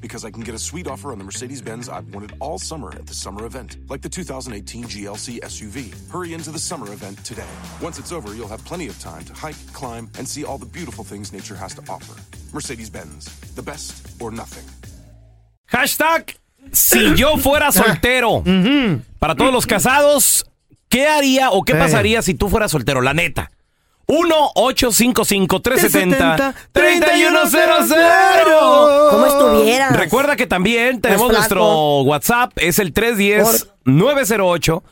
Because I can get a sweet offer on the Mercedes Benz I've wanted all summer at the summer event, like the 2018 GLC SUV. Hurry into the summer event today. Once it's over, you'll have plenty of time to hike, climb, and see all the beautiful things nature has to offer. Mercedes Benz, the best or nothing. Hashtag si yo fuera soltero. Para todos los casados, ¿qué haría o qué Eh. pasaría si tú fueras soltero? La neta. 1-855-370-3100. ¿Cómo estuvieras? Recuerda que también tenemos Más nuestro flaco. WhatsApp, es el 310-908.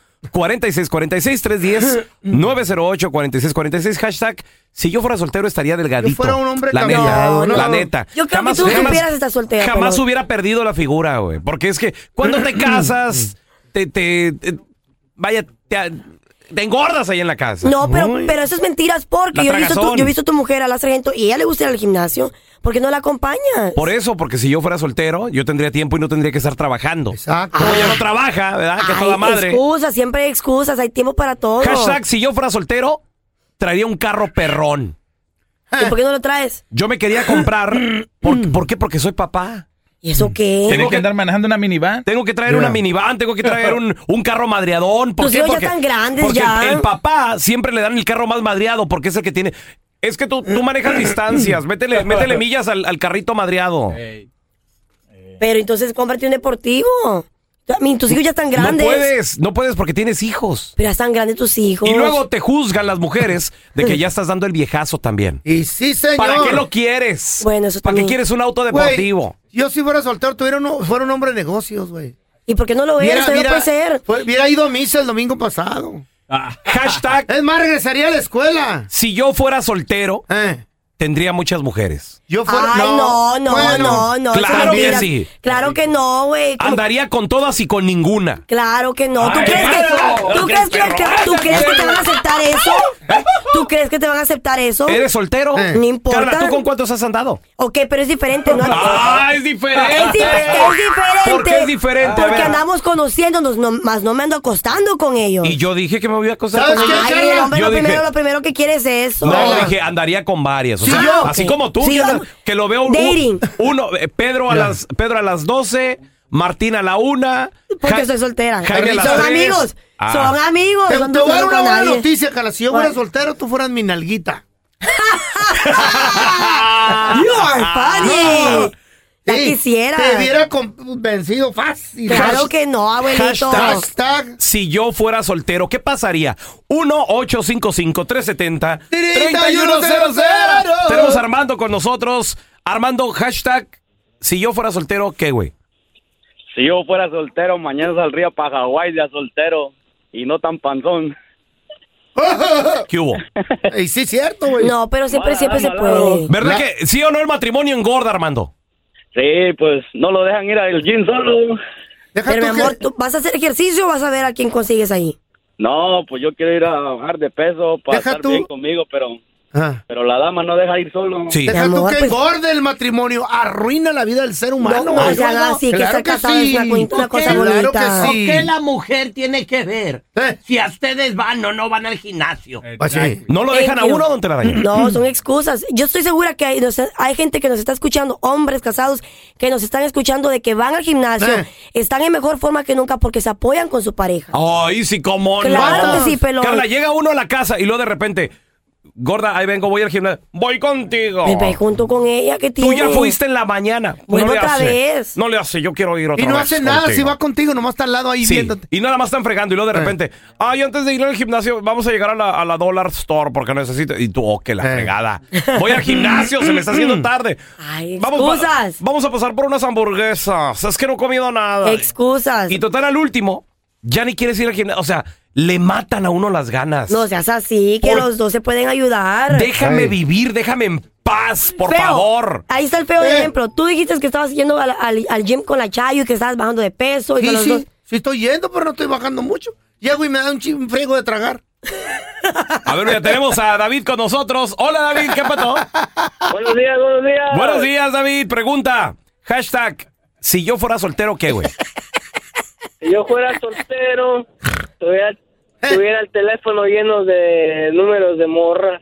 4646 310 908 4646 hashtag si yo fuera soltero estaría delgadito fuera un hombre la cambiado, neta, ¿no? la neta Yo creo que tú supieras estar soltera. Jamás pelón. hubiera perdido la figura, güey. Porque es que cuando te casas, te, te, te- vaya, te, te engordas ahí en la casa. No, pero, Uy. pero eso es mentiras La porque yo he, visto tu, tragazón. yo he visto a tu mujer, a la sargento, y ella le gusta ir al gimnasio. ¿Por qué no la acompañas? Por eso, porque si yo fuera soltero, yo tendría tiempo y no tendría que estar trabajando. Exacto. Como ya no trabaja, ¿verdad? Que Ay, toda madre. excusas, siempre hay excusas, hay tiempo para todo. Hashtag, si yo fuera soltero, traería un carro perrón. ¿Y por qué no lo traes? Yo me quería comprar. ¿Por, ¿por qué? Porque soy papá. ¿Y eso Mm. qué? Tengo Tiene que- que andar manejando una minivan. Tengo que traer una minivan, tengo que traer un, un carro madreadón. ¿Por Tus qué? hijos Pues ya están porque, grandes, porque ya. el papá siempre le dan el carro más madreado porque es el que tiene... Es que tú, tú manejas distancias, métele, métele millas al, al carrito madreado. Eh. Pero entonces cómprate un deportivo. A mí, tus hijos ya están No grandes. puedes, no puedes porque tienes hijos. Pero ya están grandes tus hijos. Y luego te juzgan las mujeres de que ya estás dando el viejazo también. Y sí, señor. ¿Para qué lo quieres? Bueno, eso ¿Para qué también. quieres un auto Güey, deportivo? Yo si fuera soltero, tuviera un, fuera un hombre de negocios, güey. ¿Y por qué no lo ves? Hubiera- Eso no hubiera- Pues, puede ser. fue- hubiera ido a misa el domingo pasado. Hashtag, Es más, regresaría a la escuela. si yo fuera soltero, Eh, tendría muchas mujeres. yo fuera... Ay, no, no, bueno, no, no. eso es claro que mentira. sí. Claro que no, güey. ¿Cómo- Andaría con todas y con ninguna. Claro que no. ¿Tú Ay, crees claro. que, ¿tú Qué crees que, perro. tú crees que te van a aceptar eso? ¿Tú crees que te van a aceptar eso? ¿Eres soltero? Eh. No importa. Carla, ¿tú con cuántos has andado? Ok, pero es diferente, ¿no? es Es, dife- es diferente. Ah. ¿Por qué es diferente? A Porque ver. andamos conociéndonos, no- más no me ando acostando con ellos. Y yo dije que me voy a acostar ¿Sabes con qué, ella. Ay, Carla? el hombre Yo lo dije- primero, lo primero que quiere es eso. No, Carla. dije, andaría con varias. o sea, Sí, yo. Así como tú, Sí, que, yo. andas- que lo veo uno- Dating. uno, eh, Pedro, a las, Pedro a las 12, Martín a la 1. Porque soy soltera. Jaime a las son tres. amigos. Ah. Son amigos. Te, no te ando voy a dar una con buena nadie. noticia, Carla. Si yo fuera Bueno. soltero, tú fueras mi nalguita. You are funny. La Sí, Ah. quisiera. Te hubiera convencido fácil. Claro Hashtag- que no, abuelito. Hashtag- Hashtag... Si yo fuera soltero, ¿qué pasaría? 1-855-370-3100. Tenemos a Armando con nosotros. Armando, hashtag, si yo fuera soltero, ¿qué, güey? Si yo fuera soltero, mañana saldría para Hawái ya soltero y no tan panzón. ¿Qué hubo? Y sí, cierto, güey. No, pero siempre, Mala, siempre se mala, puede. ¿Verdad La- que sí o no el matrimonio engorda, Armando? Sí, pues no lo dejan ir al gym solo. Deja Pero mi tú que- amor, ¿tú ¿vas a hacer ejercicio o vas a ver a quién consigues ahí? No, pues yo quiero ir a bajar de peso para Deja estar tú. bien conmigo, pero Ah. Pero la dama no deja ir solo. Sí. Deja Mi tú amor, que pues- engorde el matrimonio, arruina la vida del ser humano. No, no se haga Claro así, que estar casado es una cuenta- una cosa Claro bonita. que sí. ¿Qué la mujer tiene que ver? Eh. Si a ustedes van o no van al gimnasio. Eh. Pues sí. ¿No lo dejan a uno donde la dañan? No, son excusas. Yo estoy segura que hay, nos- hay gente que nos está escuchando, hombres casados, que nos están escuchando de que van al gimnasio, Eh. están en mejor forma que nunca porque se apoyan con su pareja. Ay, sí, cómo no. Claro que sí, pelón. Carla, llega uno a la casa y luego de repente, gorda, ahí vengo, voy al gimnasio. Voy contigo. Me ve junto con ella que tiene. Tú ya fuiste en la mañana. Bueno, le otra hace. vez. No le hace, yo quiero ir otra Y vez. no hace nada contigo. si va contigo, nomás está al lado ahí Sí, viéndote. Eh. y nada más están fregando y luego de repente, ay, antes de ir al gimnasio, vamos a llegar a la, a la Dollar Store porque necesito. Y tú, oh, que la Eh. Mm. fregada. Voy al gimnasio, se me está haciendo tarde. Ay, va- excusas. vamos a pasar por unas hamburguesas. Es que no he comido nada. Excusas. Y total, al último, ya ni quieres ir al gimnasio. O sea, le matan a uno las ganas. No seas así, que Por- los dos se pueden ayudar. déjame Ay. vivir, déjame en paz, por Feo. favor. Ahí está el feo Eh. de ejemplo. Tú dijiste que estabas yendo al, al- al gym con la Chayo y que estabas bajando de peso. Y que Sí, los dos- sí, sí estoy yendo, pero no estoy bajando mucho. Llego y me da un, chi- un friego de tragar. A ver, ya tenemos a David con nosotros. Hola, David, ¿qué pasó? Buenos días, buenos días. Buenos días, David. Pregunta. Hashtag, si yo fuera soltero, ¿qué, güey? Si yo fuera soltero, Eh. tuviera, tuviera el teléfono lleno de números de morra.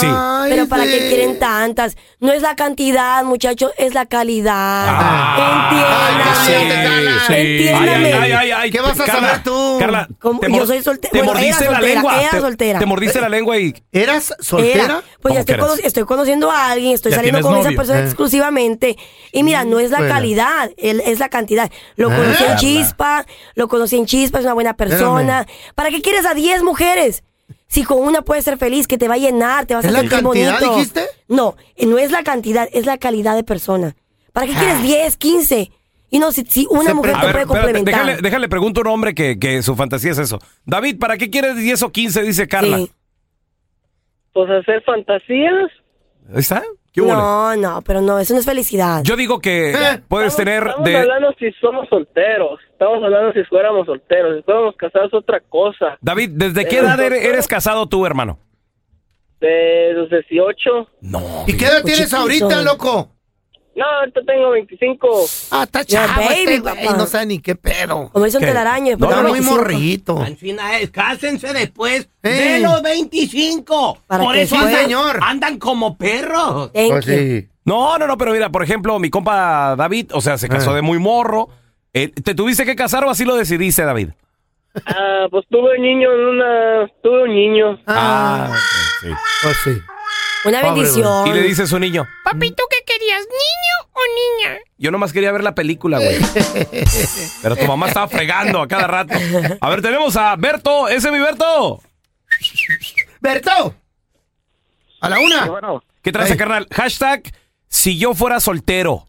Sí. Ay, Pero para sí. qué quieren tantas. No es la cantidad, muchachos, es la calidad. Ah, sí, Entiéndanme. sí. Entiéndame. Ay, ay, ay, ay. ¿Qué vas a Carla, saber tú? Carla, ¿Cómo? te mor- Yo soy soltera. Te Bueno, era mordiste la soltera, lengua. era te- soltera. Te, mordiste la lengua y. ¿Eras soltera? Era. Pues ¿Cómo ya estoy, que eres? cono- estoy conociendo a alguien, estoy Ya saliendo con tienes novio. esa persona Eh. exclusivamente. Y mira, no es la Bueno. calidad, el- es la cantidad. Lo conocí en Carla. chispa, lo conocí en chispa, es una buena persona. ¿Para qué quieres a 10 mujeres? Si con una puedes ser feliz, que te va a llenar, te vas ¿Es a la sentir cantidad, bonito. dijiste? No, eh, no es la cantidad, es la calidad de persona. ¿Para qué quieres 10, 15? Y no, si, si una Se mujer pre- te A ver, puede espérate, complementar. déjale, déjale pregunto a un hombre que, que su fantasía es eso. David, ¿para qué quieres 10 o 15? Dice Carla. Sí. Pues hacer fantasías. Ahí está. ¿Qué hubo? No, no, pero no, eso no es felicidad. Yo digo que Eh. puedes Estamos- tener Estamos de. hablando si somos solteros. Estamos hablando si fuéramos solteros. Si fuéramos casados, otra cosa. David, ¿desde qué Eh, edad eres, doctora. eres casado tú, hermano? De los 18. No. ¿Y qué edad tienes pues, chiquito. ahorita, loco? No, ahorita tengo 25. Ah, está Ya, chavo este baby, güey, papá. no sabe ni qué pedo. Como dicen ¿Qué? telaraño. después Está de los muy 25. morrito. Al final es, cásense después Eh. de los 25. Para Por que eso sí, andan, señor. andan como perros. Thank Oh, Pues you. No, no, no, pero mira, por ejemplo, mi compa David, o sea, se casó de muy morro. Eh, ¿Te tuviste que casar o así lo decidiste, David? Ah, pues tuve un niño en una... Tuve un niño. Ah, sí. pues sí. Una Pobre bendición. Y le dice a su niño, Papi, ¿tú qué querías? ¿Niño o niña? yo nomás quería ver la película, güey. Pero tu mamá estaba fregando a cada rato. A ver, tenemos a Berto. ¿Ese es mi Berto? ¡Berto! ¡A la una! Bueno, ¿Qué traes, Ey. carnal? Hashtag, si yo fuera soltero.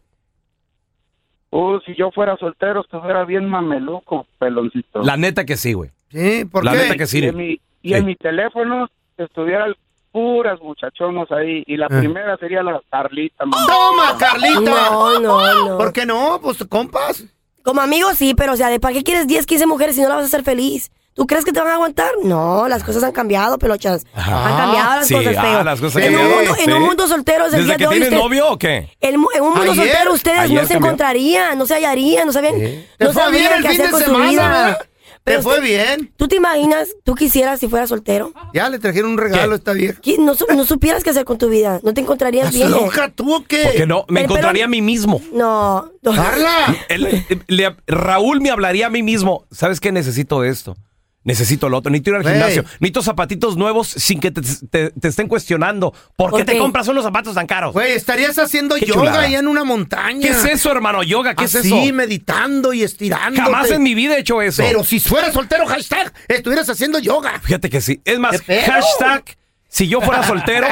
uh, si yo fuera soltero, estuviera bien mameluco, peloncito. La neta que sí, güey. Sí, ¿por La qué? neta que sí. y en mi, y en Sí. mi teléfono estuvieran puras muchachonos ahí. Y la Ah. primera sería la Carlita. man. Oh, ¡Toma, Carlita! No, no, no. ¿Por qué no? Pues compas. Como amigos sí, pero o sea, ¿de para qué quieres 10, 15 mujeres si no la vas a hacer feliz? ¿Tú crees que te van a aguantar? No, las cosas han cambiado, pelochas. han cambiado las sí, cosas, ah, feo. las cosas en, un cambiaron, mundo, en sí. un mundo soltero es el ¿Desde día que de hoy. tienes usted- novio o qué? el mu- en un mundo Ayer, soltero ustedes no ayer se cambió. encontrarían, no se hallarían, no sabían, ¿Te no fue bien sabrían el qué fin hacer de con su vida. semana? ¿verdad? ¿Te Pero fue usted- bien? ¿Tú te imaginas, tú quisieras si fueras soltero? Ya le trajeron un regalo a esta vieja. ¿Qui- No, su- no supieras qué hacer con tu vida, no te encontrarías ¿Estás bien. loca tú o qué? Porque no, me El encontraría a pelón- mí mismo. No, no. ¡Carla! El- el- le- Raúl me hablaría a mí mismo. ¿Sabes qué? Necesito esto. Necesito lo otro. Necesito ir al Güey. gimnasio. Necesito zapatitos nuevos sin que te, te- te estén cuestionando. ¿Por, ¿Por qué te qué? compras unos zapatos tan caros? Güey, estarías haciendo Qué yoga chulada. allá en una montaña. ¿Qué es eso, hermano? ¿Yoga? ¿Qué es Así, eso? meditando y estirando. Jamás en mi vida he hecho eso. Pero si fueras soltero, hashtag, estuvieras haciendo yoga. Fíjate que sí. Es más, ¡Qué pedo! hashtag, si yo fuera soltero,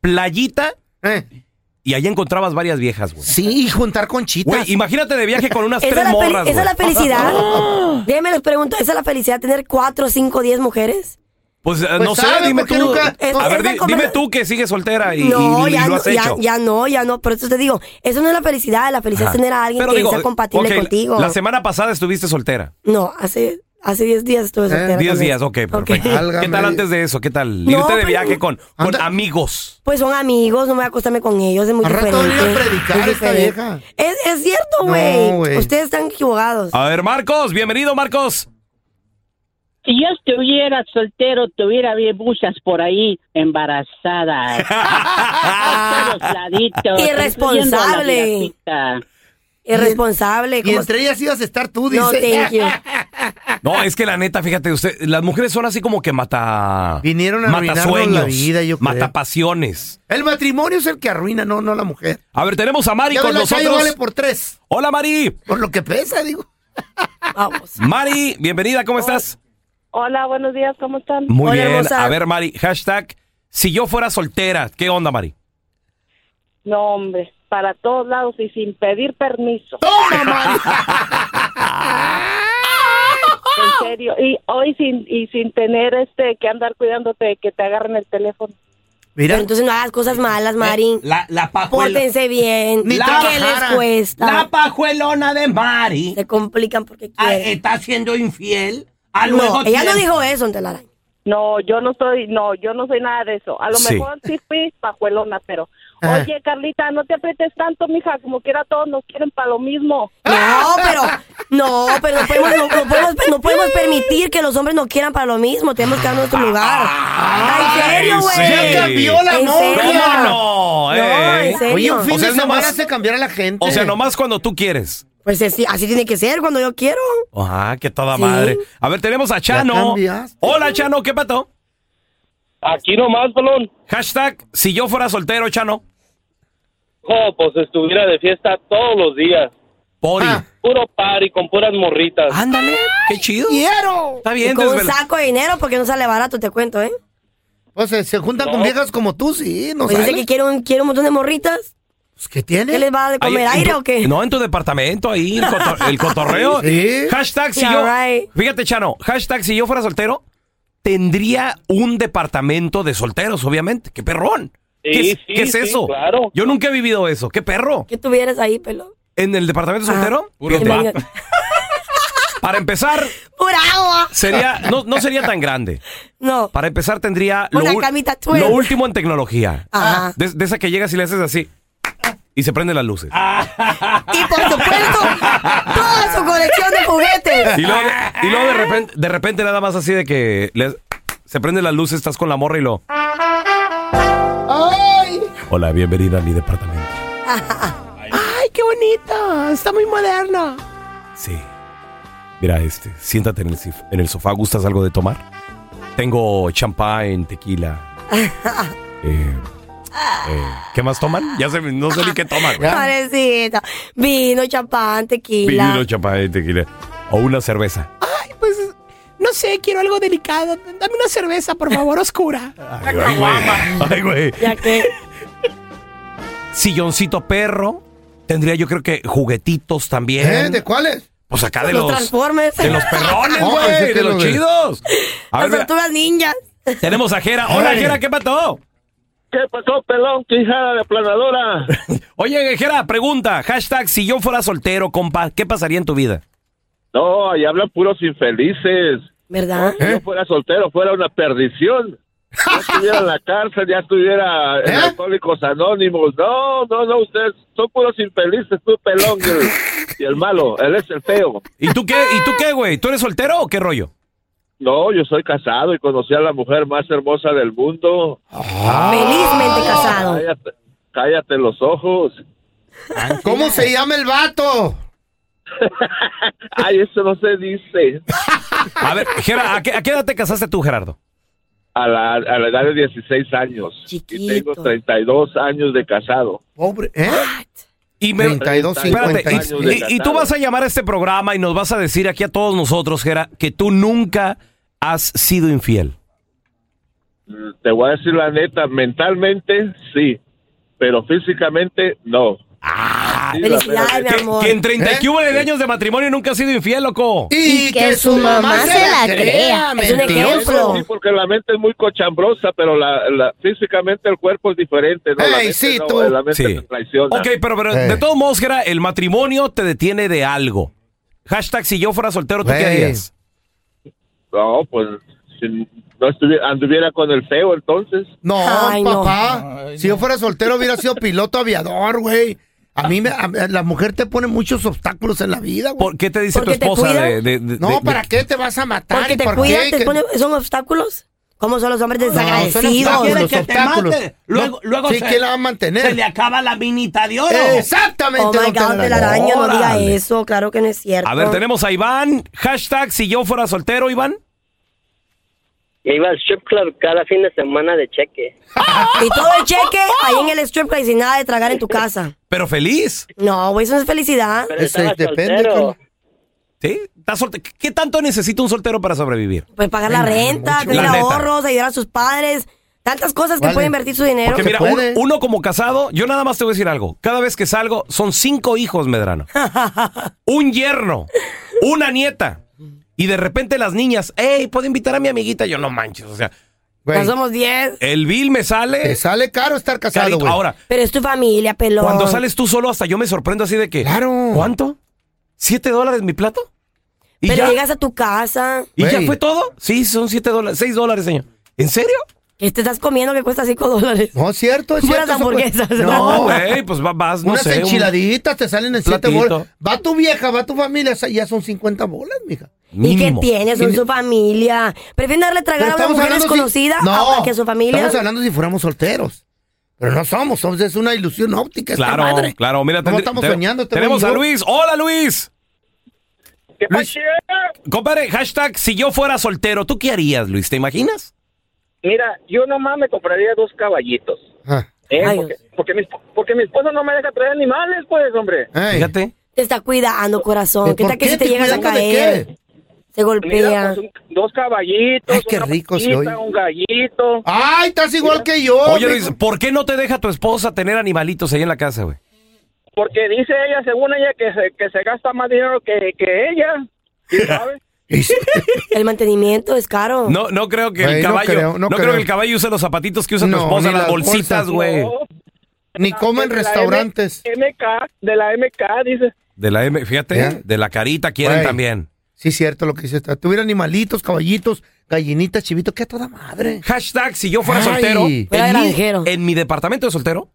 playita, Eh, y ahí encontrabas varias viejas, güey. sí, y juntar conchitas. Güey, imagínate de viaje con unas ¿Esa, tres es la fel- morras, esa es la güey. felicidad? Déjenme les pregunto, ¿esa es la felicidad tener 4, 5, 10 mujeres? Pues, eh, no sé, sabe, dime porque tú. nunca- A Es- ver, esa di- conversa- dime tú que sigues soltera y, no, y- y ya, lo no has ya, hecho. ya no, ya no. Por eso te digo, eso no es la felicidad. La felicidad Ajá. es tener a alguien Pero que digo, sea compatible ok, contigo. La semana pasada estuviste soltera. No, hace, Hace 10 días estuve soltera. 10 también. Eh, días, ok, perfecto. ¿Qué tal Válgame. antes de eso? ¿Qué tal? No, Irte de pero- viaje con, con Anda- amigos. Pues son amigos, no voy a acostarme con ellos, es muy Al rato diferente. va a venir a predicar muy esta diferente. vieja. Es, es cierto, No, güey. güey. Ustedes están equivocados. A ver, Marcos, bienvenido, Marcos. Si yo estuviera soltero, tuviera bien muchas por ahí embarazadas. A todos laditos, Irresponsable. incluyendo a la viejita. Irresponsable. Y como- entre ellas ibas a estar tú, dice. No, thank you. No, es que la neta, fíjate usted, las mujeres son así como que mata. Vinieron a mata arruinarnos sueños, la vida, yo creo. mata pasiones. El matrimonio es el que arruina, no, no la mujer. A ver, tenemos a Mari Ya con ves, la Chayo nosotros. vale por tres. Hola, Mari. Por lo que pesa, digo. Vamos. Mari, bienvenida, ¿cómo estás? Hola, buenos días, ¿cómo están? Muy Hola, bien. hermosa. A ver, Mari, hashtag, si yo fuera soltera, ¿qué onda, Mari? No, hombre, para todos lados y sin pedir permiso. En serio, y hoy sin y sin tener este que andar cuidándote de que te agarren el teléfono. Mira, Pero entonces no hagas cosas malas, Eh, Mari. La, la pajuelona. Pórtense bien. Ni ¿Qué trabajara. les cuesta? La pajuelona de Mari Se complican porque ah, eh, quieren. está siendo infiel. A luego no, ella no tiene- dijo eso, Antelaraña. No, yo no soy, no, yo no soy nada de eso. A lo Sí. mejor sí fui pajuelona, pero Ah. Oye, Carlita, no te aprietes tanto, mija, como quiera todos nos quieren para lo mismo. No, pero no, pero no podemos, no, no podemos, no podemos permitir que los hombres no quieran para lo mismo. Tenemos que darnos nuestro lugar. Ay, ¿En serio, sí. güey? ya cambió la ¿En novia. serio? ¿Cómo No, no? en Eh. serio. Oye, un fin O sea, de es semana nomás- hace cambiar a la gente. O sea, nomás cuando tú quieres. Pues así, así tiene que ser cuando yo quiero. Ajá, que Ah, toda Sí. madre. A ver, tenemos a Chano. cambiaste. Hola, Chano, ¿qué pato? Aquí nomás, balón. Hashtag, si yo fuera soltero, Chano. Oh, pues estuviera de fiesta todos los días. Pori. Ah. Puro party con puras morritas. Ándale, qué chido. Quiero. Está Y bien, con un desvela- saco de dinero porque no sale barato, te cuento, ¿eh? O sea, se juntan con viejas como tú, sí. No Pues dice sale. que quiere un, quiere un montón de morritas. Pues, ¿Qué tiene? ¿Qué les va a dar de Ahí comer en aire tu- o qué? No, en tu departamento, ahí, el, cotor- el cotorreo. Sí. Hashtag si Yeah, yo. right. Fíjate, Chano, hashtag si yo fuera soltero, tendría un departamento de solteros, obviamente. ¡Qué perrón! Sí, ¿Qué, es- sí, qué es sí, eso? claro. Yo nunca he vivido eso. ¡Qué perro! ¿Qué tuvieras ahí, pelo? ¿En el departamento Ajá. soltero? Puro Fíjate. Imagínate. Para empezar, ¡Pura agua! sería, no, no sería tan grande. No. Para empezar, tendría lo, Una ul- camita twin. lo último en tecnología. Ajá. De, de esa que llegas y le haces así. Y se prenden las luces. Y por supuesto, toda su colección de juguetes. Y luego, y luego de repente, de repente nada más así de que le- se prende la luz, estás con la morra y lo. Hola, bienvenida a mi departamento. Ay, qué bonito. Está muy moderno. Sí. Mira, este, siéntate en el, sif- en el sofá. ¿Gustas algo de tomar? Tengo champán, tequila. Eh, eh, ¿Qué más toman? Ya se, me- no sé ni qué toman. güey. Parecida. Vino, champán, tequila. Vino, champán, tequila. O una cerveza. Ay, pues, no sé, quiero algo delicado. Dame una cerveza, por favor, oscura. Ay, güey. Ay, güey. Ya que. Silloncito perro. Tendría yo creo que juguetitos también. ¿Eh? ¿De cuáles? Pues acá de Los los, Transformers. de los perrones, No, güey, pensé que de los lo de- chidos. A Las ver, mira, tortugas ninjas. tenemos a Jera. Hola, Órale. Jera, ¿qué pasó? ¿Qué pasó, pelón? ¿Qué hija de planadora? Oye, Jera, pregunta. Hashtag, si yo fuera soltero, compa, ¿qué pasaría en tu vida? No, ahí hablan puros infelices. ¿Verdad? Si yo fuera soltero, fuera una perdición. Ya estuviera en la cárcel, ya estuviera en ¿Eh? Alcohólicos Anónimos. No, no, no, ustedes son puros infelices, tú pelón y el, y el malo, él es el feo. ¿Y tú qué, ¿Y tú qué, güey? ¿Tú eres soltero o qué rollo? No, yo soy casado y conocí a la mujer más hermosa del mundo. Felizmente casado. Ah, Cállate, cállate los ojos. ¿Cómo se llama el vato? Ay, eso no se dice. A ver, Jera, ¿a qué, a qué edad te casaste tú, Gerardo? A la, a la edad de 16 años. Y tengo Chiquito. 32 años de casado. Pobre, ¿eh? Y me, 32, espérate, 50. y- y, y tú vas a llamar a este programa y nos vas a decir aquí a todos nosotros, Jera, que tú nunca has sido infiel. Te voy a decir la neta, mentalmente sí, pero físicamente no. Ah, Sí, la mera Felicidades, mi Que, amor. que en 30 y ¿Eh? que hubo de años de matrimonio nunca has sido infiel, loco. Y, que su mamá se la crea. Es un mentiroso. ejemplo. Sí, porque la mente es muy cochambrosa, pero la, la- físicamente el cuerpo es diferente, ¿no? la Ey, mente, sí, no, tú. la mente Sí. te traiciona. Ok, pero, pero Eh. de todos modos, Jera, el matrimonio te detiene de algo. Hashtag si yo fuera soltero, ¿tú qué Güey. harías? No, pues si no estuvi- anduviera con el feo entonces. No, papá. si yo fuera soltero hubiera sido piloto aviador, güey. A mí, me- a- a la mujer te pone muchos obstáculos en la vida, güey. ¿Por qué te dice tu esposa de, de- de- No, de- ¿para qué te vas a matar? Porque ¿Y te por cuidan, qué? te Que- pone- ¿Son obstáculos? ¿Cómo son los hombres son desagradecidos? obstáculos, obstáculos. Luego, No, luego sí, se, ¿quién la va a mantener? se le acaba la minita de oro. Exactamente, Oh my don God, Telaraño. telaraño, no diga Órale. eso, claro que no es cierto. A ver, tenemos a Iván. Hashtag si yo fuera soltero, Iván. Y iba al strip club cada fin de semana de cheque. Y todo el cheque ahí en el strip club y sin nada de tragar en tu casa. Pero feliz. No, güey, eso no es felicidad. Pero Ese estaba depende, soltero. carnal. ¿Sí? ¿Estás solte- ¿Qué tanto necesita un soltero para sobrevivir? Pues pagar la renta, mucho. tener La neta. ahorros, ayudar a sus padres, tantas cosas que Vale. puede invertir su dinero. Porque mira, uh, un- uno, como casado, yo nada más te voy a decir algo. Cada vez que salgo, son cinco hijos, Medrano. un yerno, una nieta. Y de repente las niñas, hey, ¿puedo invitar a mi amiguita? Yo no manches, o sea. Ya somos 10. El bill me sale. Te sale caro estar casado, güey. Ahora, Pero es tu familia, pelón. cuando sales tú solo, hasta yo me sorprendo así de que. Claro. ¿Cuánto? ¿Siete dólares mi plato? ¿Y Pero ya? llegas a tu casa. ¿Y ya fue todo? Sí, son siete dólares, seis dólares, señor. ¿En serio? Que te estás comiendo que cuesta 5 dólares. No, es cierto, es Puras cierto. eso fue- hamburguesas. No, güey, pues va- vas, no Unas sé. un- enchiladitas te salen en siete platito. bolas. Va tu vieja, va tu familia, esa- ya son 50 bolas, mija. ¿Y qué tiene? Son su familia. Prefieren darle tragar a una Estamos mujer hablando si- desconocida No, a- que a su familia. Estamos hablando si fuéramos solteros. Pero no somos, somos- es una ilusión óptica. esta Claro, madre. claro. Mira, ¿Cómo tendr- estamos te- soñando? este Tenemos a güey y yo? Luis. Hola, Luis. ¿Qué Compadre, hashtag si yo fuera soltero, ¿tú qué harías, Luis? ¿Te imaginas? Mira, yo nomás me compraría dos caballitos. Ah, ¿eh? porque, porque mi, esp- porque mi esposa no me deja traer animales, pues, hombre. Fíjate. Te está cuidando, corazón. ¿Qué por tal que qué si te te llegas a cuidando de caer? Se golpea. Mira, pues, un- dos caballitos. Ay, qué una rico se vaquita, oye. Ah. Un gallito. Ay, estás igual que yo. Oye, mijo. Luis, ¿por qué no te deja tu esposa tener animalitos ahí en la casa, güey? Porque dice ella, según ella, que se, que se gasta más dinero que, que ella. El mantenimiento es caro. No, no creo que Güey, el no caballo, no creo, creo, no creo. que el caballo use los zapatitos que usa No, tu esposa, ni las las bolsitas, bolsas. güey. No. Ni como en De la restaurantes. M- MK, de la MK, dice. De la M, fíjate, de la carita quieren Güey. también. Sí, cierto lo que dice esta. Tuviera animalitos, caballitos, gallinitas, chivitos, que a toda madre. Hashtag si yo fuera Ay. soltero, Fuera en mi, en mi departamento de soltero,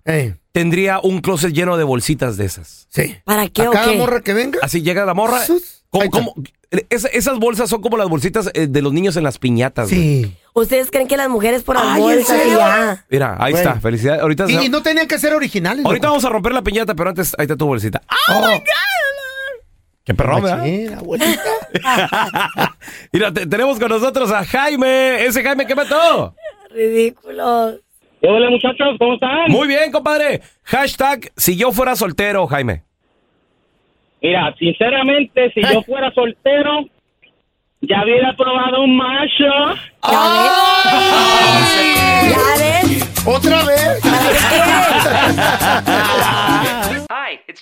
tendría un closet lleno de bolsitas de esas. Sí. ¿Para qué A o cada qué? morra que venga. Así llega la morra. Sus- Como- Ahí está. como- es- esas bolsas son como las bolsitas eh, de los niños en las piñatas. güey. ¿Ustedes creen que las mujeres por Ay, amor ¿en están serio? ya? Mira, ahí Güey. está. Felicidades. Ahorita, se- Y no tenían que ser originales. ahorita vamos a romper la piñata, pero antes ahí está tu bolsita. ¡Ah! ¡Qué perrón, ¿verdad? Mira, te- tenemos con nosotros a Jaime. Ese Jaime que mató. Ridículo. Hola, muchachos, ¿cómo están? Muy bien, compadre. Hashtag si yo fuera soltero, Jaime. Mira, sinceramente, si yo fuera soltero, ya hubiera probado un macho. ¿Otra vez? Hi, it's